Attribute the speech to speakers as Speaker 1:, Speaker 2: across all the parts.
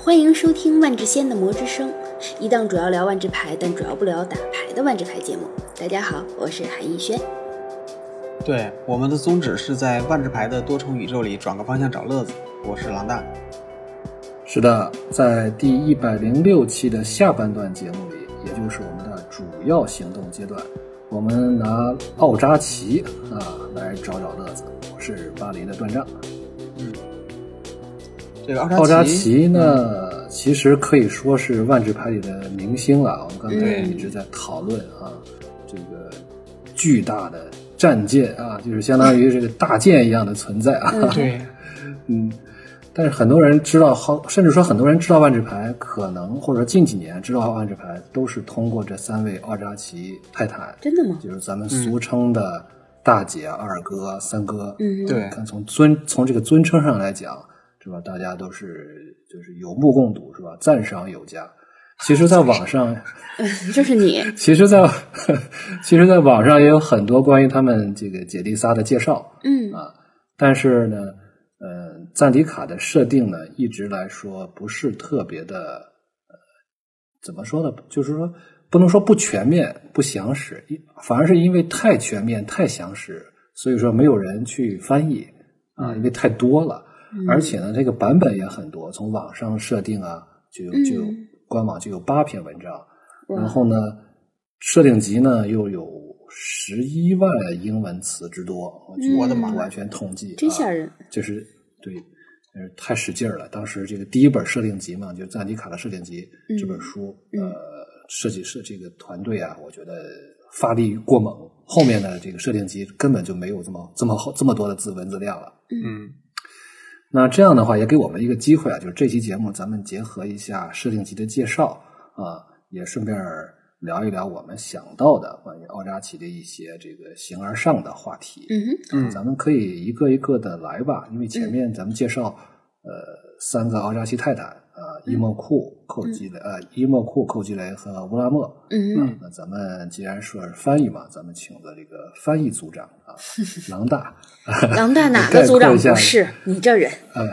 Speaker 1: 欢迎收听万智仙的魔之声，一档主要聊万智牌，但主要不聊打牌的万智牌节目。大家好，我是韩逸轩。
Speaker 2: 对，我们的宗旨是在万智牌的多重宇宙里转个方向找乐子。我是狼大，
Speaker 3: 是的，在第一百零六期的下半段节目里，也就是我们的主要行动阶段，我们拿奥扎奇啊来找找乐子。我是巴黎的段丈。
Speaker 2: 这个
Speaker 3: 奥
Speaker 2: 奥扎
Speaker 3: 扎
Speaker 2: 奇，
Speaker 3: 奇呢，其实可以说是万智牌里的明星了。我们刚才
Speaker 2: 嗯
Speaker 3: 一直在讨论啊，这个巨大的战舰啊，就是相当于这个大舰一样的存在啊。
Speaker 2: 对，
Speaker 3: 嗯，但是很多人知道好，甚至说很多人知道万智牌，可能或者近几年知道万智牌，都是通过这三位奥扎奇泰坦，
Speaker 1: 真的吗？
Speaker 3: 就是咱们俗称的大姐、二哥、三哥。
Speaker 1: 嗯，
Speaker 2: 对
Speaker 3: 看从尊从这个尊称上来讲，是吧？大家都是就是有目共睹，是吧？赞赏有加。其实，在网上，
Speaker 1: 就是你。
Speaker 3: 其实在， 其实，在网上也有很多关于他们这个姐弟仨的介绍。
Speaker 1: 嗯
Speaker 3: 啊，但是呢，呃，赞迪卡的设定呢，一直来说不是特别的，呃，怎么说呢？就是说不能说不全面、不详实，一反而是因为太全面、太详实，所以说没有人去翻译啊，
Speaker 2: 嗯
Speaker 3: 因为太多了，
Speaker 1: 嗯
Speaker 3: 而且呢，这个版本也很多，从网上设定啊，就有就有、
Speaker 1: 嗯
Speaker 3: 官网就有八篇文章，
Speaker 1: 哇
Speaker 3: 然后呢，设定集呢又有十一万英文词之多，我觉得
Speaker 1: 我的妈
Speaker 3: 不完全统计，
Speaker 1: 真吓人
Speaker 3: 啊！就是对，呃，太使劲儿了。当时这个第一本设定集嘛，就是赞迪卡的设定集
Speaker 1: 嗯
Speaker 3: 这本书，
Speaker 1: 嗯
Speaker 3: 呃，设计师这个团队啊，我觉得发力过猛，后面的这个设定集根本就没有这么这么厚这么多的字文字量了。
Speaker 2: 嗯
Speaker 3: 那这样的话，也给我们一个机会啊，就是这期节目咱们结合一下设定集的介绍啊，也顺便聊一聊我们想到的关于奥扎奇的一些这个形而上的话题。
Speaker 1: 嗯哼，
Speaker 2: 嗯
Speaker 3: 咱们可以一个一个的来吧，因为前面咱们介绍、呃三个奥扎奇泰坦啊，伊莫库、寇基雷呃伊莫库、寇基雷和乌拉莫。
Speaker 1: 嗯
Speaker 3: 啊
Speaker 1: 哼，
Speaker 2: 嗯
Speaker 3: 那咱们既然说是翻译嘛，咱们请的这个翻译组长啊，狼大，
Speaker 1: 狼大哪个组长
Speaker 3: 概括一下
Speaker 1: 不是你这人？
Speaker 3: 呃，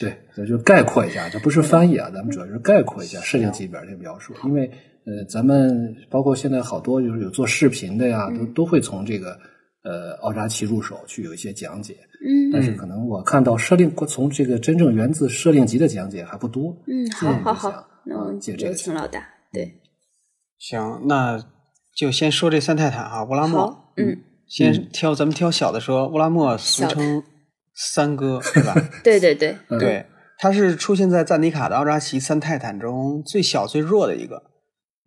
Speaker 3: 对，咱就概括一下，这不是翻译啊，咱们主要是概括一下设定级别的描述，因为呃，咱们包括现在好多就是有做视频的呀，都
Speaker 2: 嗯
Speaker 3: 都会从这个呃奥扎奇入手去有一些讲解，
Speaker 1: 嗯
Speaker 3: 但是可能我看到设定从这个真正源自设定集的讲解还不多，
Speaker 1: 嗯，
Speaker 3: 所以
Speaker 1: 好
Speaker 3: 我
Speaker 1: 好
Speaker 3: 就想
Speaker 1: 好，那我
Speaker 3: 啊
Speaker 1: 们
Speaker 3: 借这
Speaker 1: 有
Speaker 3: 个
Speaker 1: 请老大。对，
Speaker 2: 行，那就先说这三泰坦啊哈，乌拉莫，
Speaker 1: 好，嗯，
Speaker 2: 先挑咱们挑小的说，乌拉莫俗
Speaker 1: 小的
Speaker 2: 称三哥是吧？
Speaker 1: 对对对，
Speaker 3: 嗯
Speaker 2: 对，他是出现在赞尼卡的奥扎奇三泰坦中最小最弱的一个，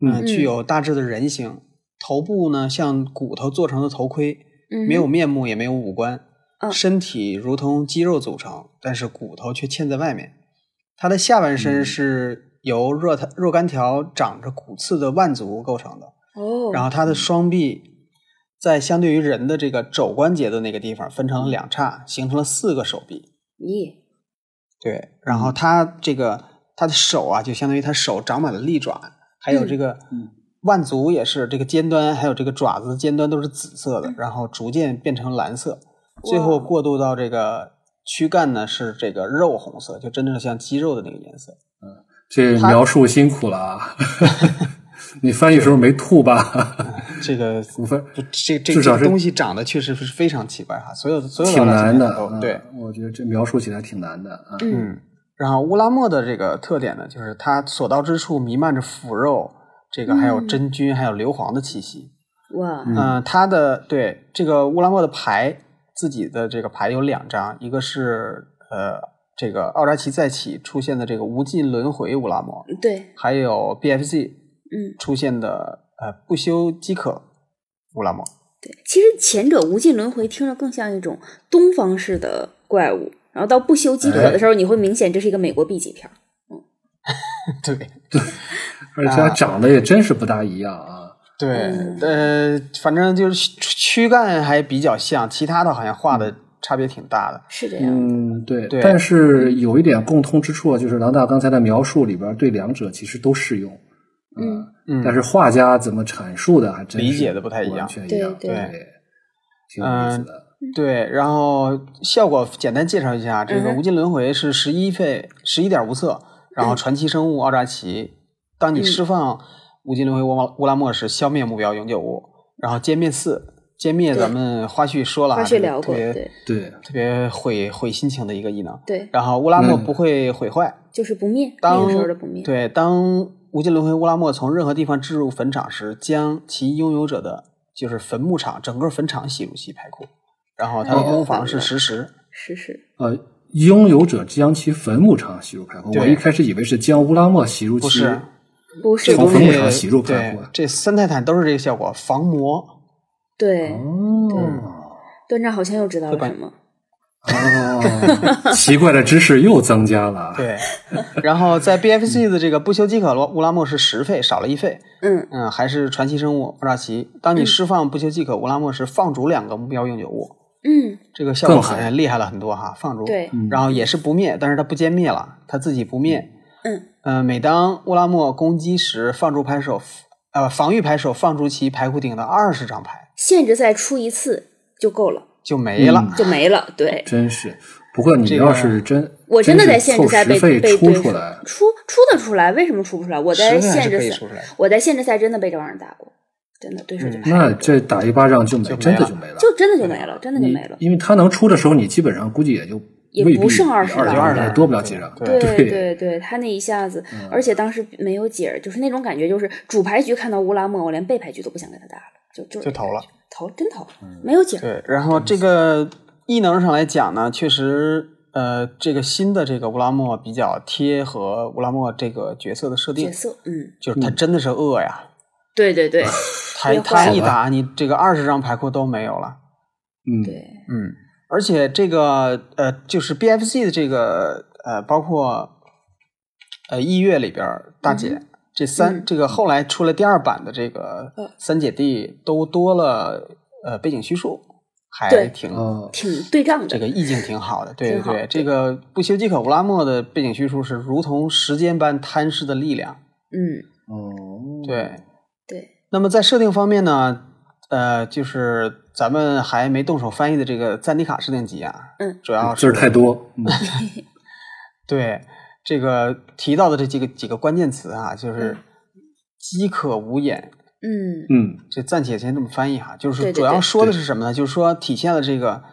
Speaker 2: 呃
Speaker 3: 嗯
Speaker 2: 具有大致的人形，头部呢像骨头做成的头盔，
Speaker 1: 嗯哼，
Speaker 2: 没有面目也没有五官，
Speaker 1: 嗯
Speaker 2: 身体如同肌肉组成，但是骨头却嵌在外面。它的下半身是由若它若干条长着骨刺的腕足构成的，
Speaker 1: 哦，
Speaker 2: 然后它的双臂在相对于人的这个肘关节的那个地方分成了两叉，形成了四个手臂。
Speaker 1: 咦，
Speaker 2: 对，然
Speaker 3: 嗯
Speaker 2: 后它这个它的手啊，就相当于它手长满了利爪，还有这个
Speaker 3: 嗯
Speaker 2: 腕足也是这个尖端，还有这个爪子的尖端都是紫色
Speaker 3: 嗯
Speaker 2: 的，然后逐渐变成蓝色，最后
Speaker 1: 哇
Speaker 2: 过渡到这个躯干呢是这个肉红色，就真正像肌肉的那个颜色。
Speaker 3: 这描述辛苦 了啊，你翻译时候没吐吧？
Speaker 2: 这个
Speaker 3: 你 翻
Speaker 2: 就这这
Speaker 3: 至
Speaker 2: 这
Speaker 3: 少
Speaker 2: 个
Speaker 3: 是
Speaker 2: 东西长得确实是非常奇怪哈，所有的所有
Speaker 3: 挺
Speaker 2: 的
Speaker 3: 难的，
Speaker 2: 都
Speaker 3: 嗯
Speaker 2: 对，，
Speaker 3: 我觉得这描述起来挺难的啊。
Speaker 1: 嗯
Speaker 2: 嗯，然后乌拉莫的这个特点呢，就是它所到之处弥漫着腐肉，这个还有
Speaker 1: 嗯
Speaker 2: 真菌，还有硫磺的气息。
Speaker 1: 哇，
Speaker 3: 嗯
Speaker 2: 嗯，它的对这个乌拉莫的牌，自己的这个牌有两张，一个是呃这个奥扎奇再起出现的这个无尽轮回乌拉莫，
Speaker 1: 对，
Speaker 2: 还有 BFG
Speaker 1: 嗯，
Speaker 2: 出现的呃不休即可乌拉莫。
Speaker 1: 对，其实前者无尽轮回听着更像一种东方式的怪物，然后到不朽即可的时候，你会明显这是一个美国 B 级片儿。
Speaker 2: 对
Speaker 3: 而且
Speaker 2: 啊
Speaker 3: 它长得也真是不大一样啊。
Speaker 2: 对，
Speaker 1: 嗯
Speaker 2: 呃，反正就是躯躯干还比较像，其他的好像画
Speaker 1: 嗯
Speaker 2: 的差别挺大的。
Speaker 1: 是这样的，
Speaker 3: 嗯，对。
Speaker 2: 对嗯
Speaker 3: 但是有一点共通之处啊，就是郎大刚才的描述里边对两者其实都适用。
Speaker 1: 嗯
Speaker 2: 嗯，
Speaker 3: 但是画家怎么阐述的还真是
Speaker 2: 理解的不太一样
Speaker 3: 完全一样。哎
Speaker 1: 对
Speaker 2: 对
Speaker 3: 挺有意思的。
Speaker 1: 嗯
Speaker 2: 对，然后效果简单介绍一下，这个
Speaker 1: 嗯哼嗯
Speaker 2: 无尽轮回是十一费十一点无色，然后传奇生物奥扎奇，当你释放无尽轮回乌拉乌拉莫时，消灭目标永久物，然后歼灭四，歼灭咱们花絮说了啊，
Speaker 1: 花
Speaker 2: 这
Speaker 1: 絮
Speaker 2: 个
Speaker 1: 聊过，
Speaker 2: 特别
Speaker 1: 对
Speaker 3: 对，
Speaker 2: 特别毁毁心情的一个异能。
Speaker 1: 对，
Speaker 2: 然后乌拉莫
Speaker 3: 嗯
Speaker 2: 不会毁坏，
Speaker 1: 就是不灭，那
Speaker 2: 当
Speaker 1: 个时候的不灭，
Speaker 2: 对，当无尽轮回乌拉莫从任何地方置入坟场时，将其拥有者的就是坟墓场整个坟场吸入其排库，然后它的
Speaker 1: 哦
Speaker 2: 攻防是实时，
Speaker 1: 是是，
Speaker 3: 呃，拥有者将其坟墓场吸入排空。
Speaker 2: 对
Speaker 3: 我一开始以为是将乌拉莫吸入
Speaker 2: 不
Speaker 3: 其
Speaker 2: 是
Speaker 1: 不
Speaker 2: 这
Speaker 1: 是
Speaker 2: 东
Speaker 1: 不
Speaker 3: 从坟墓
Speaker 1: 灭，
Speaker 3: 场
Speaker 2: 西
Speaker 3: 吸入排
Speaker 2: 对
Speaker 3: 空啊
Speaker 2: 这三泰坦都是这个效果，防魔。
Speaker 1: 对，
Speaker 3: 哦
Speaker 1: 段章好像又知道了
Speaker 2: 对吧
Speaker 1: 什么，
Speaker 3: 哦，奇怪的知识又增加了。，
Speaker 2: 对，然后在 BFC 的这个不修即可罗乌拉莫是十费少了一费，
Speaker 1: 嗯，
Speaker 2: 嗯，还是传奇生物布扎奇。当你
Speaker 1: 嗯
Speaker 2: 释放不修即可乌拉莫时，放逐两个目标永久物，
Speaker 1: 嗯，
Speaker 2: 这个效果
Speaker 3: 更
Speaker 2: 好
Speaker 3: 狠
Speaker 2: 像厉害了很多哈，放逐。
Speaker 1: 对
Speaker 3: 嗯
Speaker 2: 然后也是不灭，但是它不歼灭了，它自己不灭。
Speaker 1: 嗯，
Speaker 2: 呃，每当乌拉莫攻击时，放逐牌手，呃，防御牌手放逐其牌库顶的二十张牌
Speaker 1: 限制再出一次就够了，
Speaker 2: 就没了。
Speaker 1: 就没了，对。
Speaker 3: 真是。不过你
Speaker 2: 这个
Speaker 3: 要是真，
Speaker 1: 我真的在限制赛被
Speaker 3: 真是凑十
Speaker 1: 被对
Speaker 3: 费出
Speaker 1: 手
Speaker 3: 出来，
Speaker 1: 出出得出来，为什么出不出来？我在
Speaker 2: 实在
Speaker 1: 限
Speaker 2: 是
Speaker 1: 制
Speaker 2: 可以
Speaker 1: 赛
Speaker 2: 出，出来，
Speaker 1: 我在限制赛真的被这玩意儿打过，真的对手就
Speaker 2: 嗯
Speaker 1: 拍了
Speaker 3: 那这打一巴掌就没，
Speaker 2: 就没
Speaker 3: 真的
Speaker 2: 了
Speaker 3: 就没了。
Speaker 1: 就真的就没了，真的就
Speaker 3: 你
Speaker 1: 没了。
Speaker 3: 因为他能出的时候，你基本上估计也就
Speaker 1: 也
Speaker 3: 未
Speaker 1: 不
Speaker 3: 必
Speaker 1: 剩
Speaker 3: 二
Speaker 1: 20了
Speaker 3: 张，
Speaker 2: 对
Speaker 3: 也多不了几张。
Speaker 2: 对嗯
Speaker 1: 对对对，他那一下子，而且当时没有解儿，就是那种感觉，就是主牌局看到乌拉莫，我连背牌局都不想跟他打了，就就
Speaker 2: 就投了，
Speaker 1: 投真投了，没有解儿。
Speaker 2: 对，然后这个异能上来讲呢，确实，呃，这个新的这个乌拉莫比较贴合乌拉莫这个角色的设定
Speaker 1: 角，色，嗯，
Speaker 2: 就是他真的是恶呀，
Speaker 1: 对对对
Speaker 2: 他
Speaker 1: 别坏
Speaker 2: 他
Speaker 1: 了
Speaker 2: 一打你这个二十张牌库都没有了。
Speaker 3: 嗯，
Speaker 1: 对，
Speaker 2: 嗯，而且这个呃，就是 BFC 的这个呃，包括呃一月里边儿大姐、这三、
Speaker 1: 嗯
Speaker 2: 这个后来出了第二版的这个
Speaker 1: 嗯
Speaker 2: 三姐弟都多了呃背景叙述，还
Speaker 1: 对
Speaker 2: 挺、
Speaker 3: 哦，
Speaker 1: 挺对仗的。
Speaker 2: 这个意境挺好的，对
Speaker 1: 挺
Speaker 2: 对
Speaker 1: 好
Speaker 2: 对，这个不修即可乌拉莫的背景叙述是如同时间般贪噬的力量，
Speaker 1: 嗯，
Speaker 3: 哦，
Speaker 2: 对，
Speaker 1: 对，
Speaker 2: 那么在设定方面呢，呃，就是咱们还没动手翻译的这个赞尼卡设定集啊，
Speaker 1: 嗯，
Speaker 2: 主要是
Speaker 3: 字儿太多，嗯
Speaker 2: 对这个提到的这几个几个关键词啊，就是
Speaker 1: 嗯
Speaker 2: 饥渴无眼，
Speaker 1: 嗯
Speaker 3: 嗯，
Speaker 2: 这暂且先这么翻译哈，就
Speaker 1: 对
Speaker 2: 是
Speaker 1: 对
Speaker 2: 主要
Speaker 1: 对
Speaker 2: 说的是什么呢？就是说体现了这个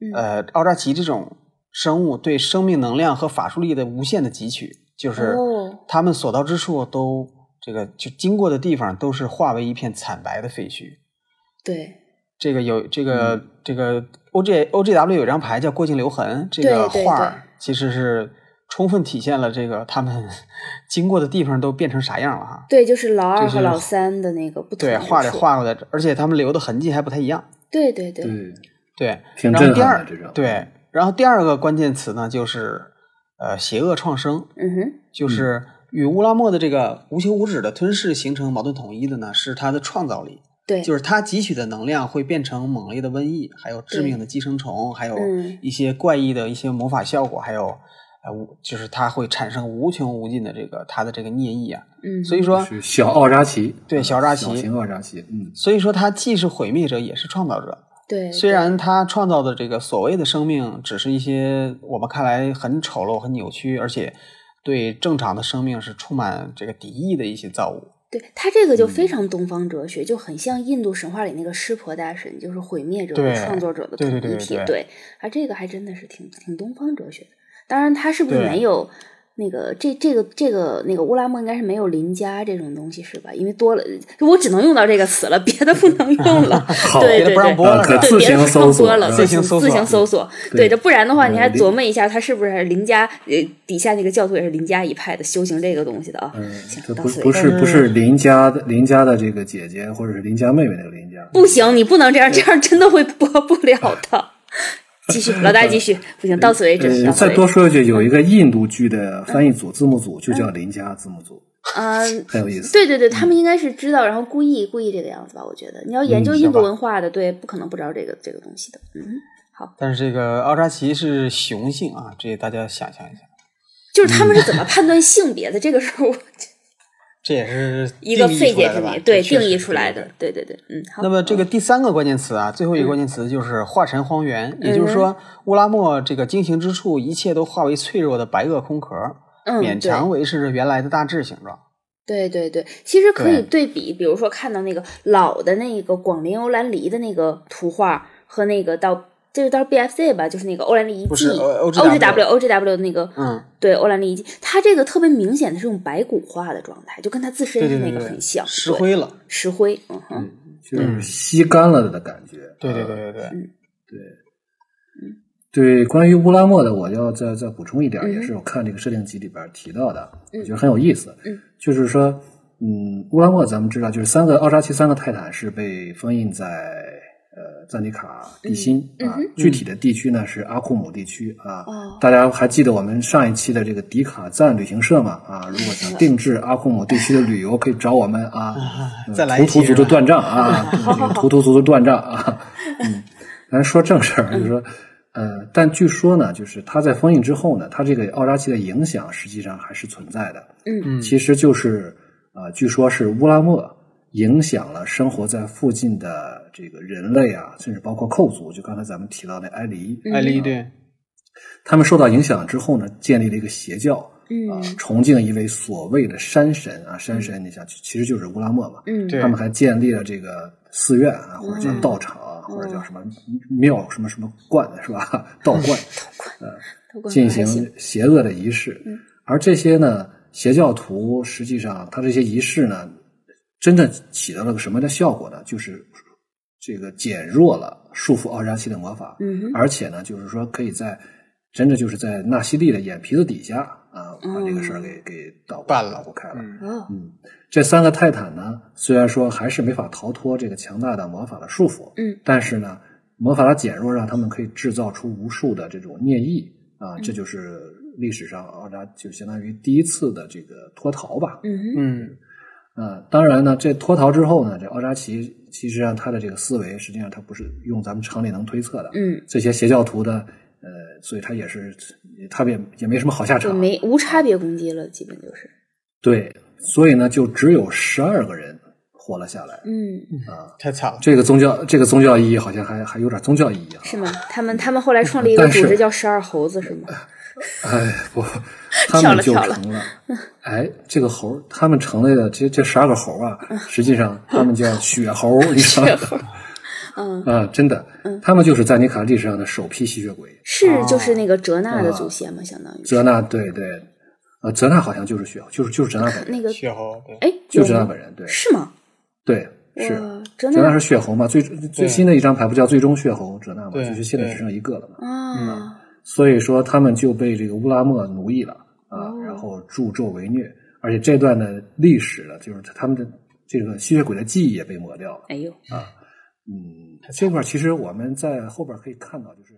Speaker 1: 嗯
Speaker 2: 呃奥扎奇这种生物对生命能量和法术力的无限的汲取，就是
Speaker 1: 哦
Speaker 2: 他们所到之处都这个就经过的地方都是化为一片惨白的废墟。
Speaker 1: 对
Speaker 2: 这个有这个、
Speaker 3: 嗯
Speaker 2: 这个 O G O G W 有张牌叫“过境留痕”，这个
Speaker 1: 对对
Speaker 2: 画
Speaker 1: 对
Speaker 2: 儿其实是充分体现了这个他们 经过的地方都变成啥样了哈。
Speaker 1: 对，就是老二
Speaker 2: 就是
Speaker 1: 和老三的那个不同
Speaker 2: 对，
Speaker 1: 之
Speaker 2: 画里
Speaker 1: 处，
Speaker 2: 画过来，而且他们留的痕迹还不太一样。
Speaker 1: 对对对，
Speaker 3: 对，
Speaker 2: 对，
Speaker 3: 挺
Speaker 2: 然后
Speaker 3: 震
Speaker 2: 第
Speaker 3: 撼的
Speaker 2: 二
Speaker 3: 这种。，
Speaker 2: 对，然后第二个关键词呢就是呃邪恶创生，
Speaker 1: 嗯哼，
Speaker 2: 就是与乌拉莫的这个无休无止的吞噬形成矛盾统一的呢是他的创造力。
Speaker 1: 对，
Speaker 2: 就是它汲取的能量会变成猛烈的瘟疫，还有致命的寄生虫，还有
Speaker 1: 嗯
Speaker 2: 一些怪异的一些魔法效果，还有呃无，就是它会产生无穷无尽的这个它的这个孽疫啊。
Speaker 1: 嗯，
Speaker 2: 所以说，
Speaker 3: 是小奥扎奇，
Speaker 2: 对
Speaker 3: 嗯
Speaker 2: 小奥扎奇
Speaker 3: 小型奥扎奇，嗯，
Speaker 2: 所以说它既是毁灭者，也是创造者。
Speaker 1: 对，对
Speaker 2: 虽然它创造的这个所谓的生命，只是一些我们看来很丑陋、很扭曲，而且对正常的生命是充满这个敌意的一些造物。
Speaker 1: 对他这个就
Speaker 2: 嗯
Speaker 1: 非常东方哲学，就很像印度神话里那个湿婆大神，就是毁灭者和
Speaker 2: 对
Speaker 1: 创作者的
Speaker 2: 对
Speaker 1: 统
Speaker 2: 对
Speaker 1: 一
Speaker 2: 对
Speaker 1: 体
Speaker 2: 对。对
Speaker 1: 对，啊，这个还真的是挺挺东方哲学的。当然，他是不是
Speaker 2: 对
Speaker 1: 没有那个这这个这个那个乌拉莫应该是没有邻家这种东西是吧？因为多了，我只能用到这个词了，别的不能用 了。
Speaker 3: 好，
Speaker 1: 对
Speaker 2: 别的不让播
Speaker 3: 啊
Speaker 2: 了是
Speaker 3: 可
Speaker 2: 吧，
Speaker 1: 对，
Speaker 3: 自
Speaker 1: 别的不
Speaker 3: 行搜
Speaker 1: 能
Speaker 3: 索
Speaker 1: 播了，
Speaker 3: 嗯
Speaker 1: 自
Speaker 2: 自行搜
Speaker 1: 自
Speaker 2: 索
Speaker 1: 行搜索。对，
Speaker 3: 对
Speaker 1: 这不然的话，你还
Speaker 3: 嗯
Speaker 1: 琢磨一下，他是不是林家呃底下那个教徒也是林家一派的修行这个东西的啊？
Speaker 3: 嗯，
Speaker 1: 行
Speaker 3: 这，
Speaker 1: 到
Speaker 3: 不
Speaker 1: 此
Speaker 3: 不
Speaker 1: 为止
Speaker 3: 是不是邻家的邻家的这个姐姐或者是邻家妹妹那个邻家，嗯
Speaker 1: 不行，你不能这样，这样真的会播不了的。继续，老大继续，不行，到此为
Speaker 2: 嗯
Speaker 1: 止，
Speaker 3: 呃，
Speaker 1: 到此
Speaker 3: 再
Speaker 1: 为
Speaker 3: 多
Speaker 1: 止。
Speaker 3: 说一句，有一个印度剧的翻译组字幕组就叫邻家字幕组，
Speaker 1: 嗯，
Speaker 3: 很有意思。
Speaker 1: 对对对，他们应该是知道，然后故意故意这个样子吧？我觉得你要研究
Speaker 2: 嗯
Speaker 1: 印
Speaker 2: 行
Speaker 1: 度
Speaker 2: 吧
Speaker 1: 文化的，对，不可能不知道这个这个东西的。嗯，
Speaker 2: 但是这个奥扎奇是雄性啊，这大家想象一下，
Speaker 1: 就是他们是怎么判断性别的？这个时候我
Speaker 2: 这也是
Speaker 1: 一个
Speaker 2: 定义
Speaker 1: 费
Speaker 2: 出来
Speaker 1: 解
Speaker 2: 的
Speaker 1: 之
Speaker 2: 吧
Speaker 1: 谜，对，
Speaker 2: 这确
Speaker 1: 定
Speaker 2: 实
Speaker 1: 义出来
Speaker 2: 对对
Speaker 1: 的对
Speaker 2: 对，
Speaker 1: 对对，嗯，好。
Speaker 2: 那么这个第三个关键词啊，最后一
Speaker 1: 嗯
Speaker 2: 个关键词就是化尘荒原，也就是说乌拉莫这个经行之处，一切都化为脆弱的白垩空壳，
Speaker 1: 嗯，
Speaker 2: 勉
Speaker 1: 对
Speaker 2: 强维持着原来的大致形状。
Speaker 1: 对对对，其实可以对
Speaker 2: 对
Speaker 1: 比，比如说看到那个老的那个广陵欧蓝梨的那个图画和那个到这个到 BFC 吧，就是那个欧蓝梨一
Speaker 2: 不
Speaker 1: 季
Speaker 2: 是 O-
Speaker 1: OGW
Speaker 2: OGW
Speaker 1: OGW 的那个，
Speaker 2: 嗯，
Speaker 1: 对欧蓝梨一季，它这个特别明显的是用白骨化的状态，就跟它自身
Speaker 2: 对
Speaker 1: 是
Speaker 2: 对
Speaker 1: 那
Speaker 2: 对
Speaker 1: 个
Speaker 2: 对，
Speaker 1: 很像，
Speaker 2: 石
Speaker 1: 对
Speaker 2: 嗯灰了。
Speaker 1: 石灰，嗯哼，
Speaker 3: 就是吸干了的感觉。
Speaker 2: 对对
Speaker 3: 啊
Speaker 2: 对对对，
Speaker 3: 对，关于乌拉莫的，我要再再补充一点，
Speaker 1: 嗯
Speaker 3: 也是我看这个设定集里边提到的，
Speaker 1: 嗯
Speaker 3: 我觉得很有意思。
Speaker 1: 嗯
Speaker 3: 就是说，嗯，乌拉莫咱们知道，就是三个奥扎奇三个泰坦是被封印在呃赞迪卡地心、
Speaker 1: 嗯嗯
Speaker 3: 啊
Speaker 1: 哼，
Speaker 3: 具体的地区呢是阿库姆地区啊。
Speaker 1: 哦
Speaker 3: 大家还记得我们上一期的这个迪卡赞旅行社嘛？啊，如果想定制阿库姆地区的旅游，可以找我们啊。
Speaker 2: 啊
Speaker 3: 嗯
Speaker 2: 再来一
Speaker 3: 图
Speaker 2: 期
Speaker 3: 图
Speaker 2: 是
Speaker 3: 族的
Speaker 2: 吧
Speaker 3: 断 账啊，这个图图族的断账啊。嗯，咱说正事儿，就是说，呃，但据说呢，就是它在封印之后呢，它这个奥扎奇的影响实际上还是存在的。
Speaker 1: 嗯
Speaker 2: 嗯
Speaker 3: 其实就是，呃，据说是乌拉莫影响了生活在附近的这个人类啊，甚至包括寇族，就刚才咱们提到的埃黎，
Speaker 1: 嗯
Speaker 2: 艾丽对，
Speaker 3: 他们受到影响之后呢，建立了一个邪教啊、
Speaker 1: 嗯
Speaker 3: 崇敬一位所谓的山神啊，山神，你想，其实就是乌拉莫嘛。
Speaker 1: 嗯，
Speaker 2: 对
Speaker 3: 他们还建立了这个寺院啊，或者叫
Speaker 1: 嗯
Speaker 3: 道场啊，或者
Speaker 1: 嗯
Speaker 3: 叫什么庙什么什么观是吧？ 道观
Speaker 1: 都关嗯
Speaker 3: 进
Speaker 1: 还行
Speaker 3: 行邪恶的仪式
Speaker 1: 嗯。
Speaker 3: 而这些呢，邪教徒实际上他这些仪式呢，真的起到了个什么样的效果呢？就是这个减弱了束缚奥扎奇的魔法，
Speaker 1: 嗯哼，
Speaker 3: 而且呢，就是说可以在真的就是在纳西利的眼皮子底下啊，把这个
Speaker 1: 嗯
Speaker 3: 事儿给给捣
Speaker 2: 办
Speaker 3: 捣
Speaker 2: 了
Speaker 3: 鼓开了。
Speaker 2: 嗯，
Speaker 1: 哦，
Speaker 3: 嗯，这三个泰坦呢，虽然说还是没法逃脱这个强大的魔法的束缚，
Speaker 1: 嗯，
Speaker 3: 但是呢，魔法的减弱让他们可以制造出无数的这种孽疫啊，
Speaker 1: 嗯
Speaker 3: 这就是历史上奥扎就相当于第一次的这个脱逃吧。
Speaker 1: 嗯哼，
Speaker 2: 嗯，
Speaker 3: 啊，当然呢，这脱逃之后呢，这奥扎奇其实上他的这个思维，实际上他不是用咱们常理能推测的，
Speaker 1: 嗯，
Speaker 3: 这些邪教徒的，呃，所以他也是他也也没什么好下
Speaker 1: 就
Speaker 3: 场，
Speaker 1: 没无差别攻击了，基本就是，
Speaker 3: 对，所以呢，就只有十二个人活了下来。
Speaker 1: 嗯，
Speaker 2: 太惨了。
Speaker 3: 这个宗教，这个宗教意义好像还还有点宗教意义啊。
Speaker 1: 是吗？他们他们后来创立一个
Speaker 3: 但是
Speaker 1: 组织叫十二猴子是吗？
Speaker 3: 哎， 不，他
Speaker 1: 跳
Speaker 3: 们
Speaker 1: 了
Speaker 3: 就
Speaker 1: 跳了嗯
Speaker 3: 成了。哎，这这个猴儿，他们成了的这这十二个猴儿啊，实际上他们叫血猴儿， 你知道吗？
Speaker 1: 嗯，
Speaker 3: 啊，真的，他们就是赞尼卡历史上的首批吸血鬼。
Speaker 1: 是
Speaker 2: 哦
Speaker 1: 就是那个哲纳的祖先嘛，相当于是
Speaker 3: 泽纳，对对，呃，泽纳好像就是血，就是就是泽纳 本人，
Speaker 1: 那个
Speaker 2: 血猴，对，
Speaker 1: 哎，
Speaker 3: 就
Speaker 1: 有
Speaker 3: 泽纳
Speaker 1: 吗？
Speaker 3: 本人，对
Speaker 1: 是吗？
Speaker 3: 对是。
Speaker 1: 哇，哲
Speaker 3: 泽纳
Speaker 1: 纳
Speaker 3: 是血猴嘛？最最新的一张牌不叫最终血猴泽纳嘛？
Speaker 2: 对
Speaker 3: 就是现在只
Speaker 2: 对
Speaker 3: 剩一个了嘛。嗯
Speaker 1: 啊，
Speaker 3: 所以说他们就被这个乌拉莫奴役了啊
Speaker 1: 哦，
Speaker 3: 然后助纣为虐，而且这段的历史呢，就是他们的这个吸血鬼的记忆也被抹掉了。
Speaker 1: 哎呦，
Speaker 3: 嗯，这块儿其实我们在后边可以看到，就是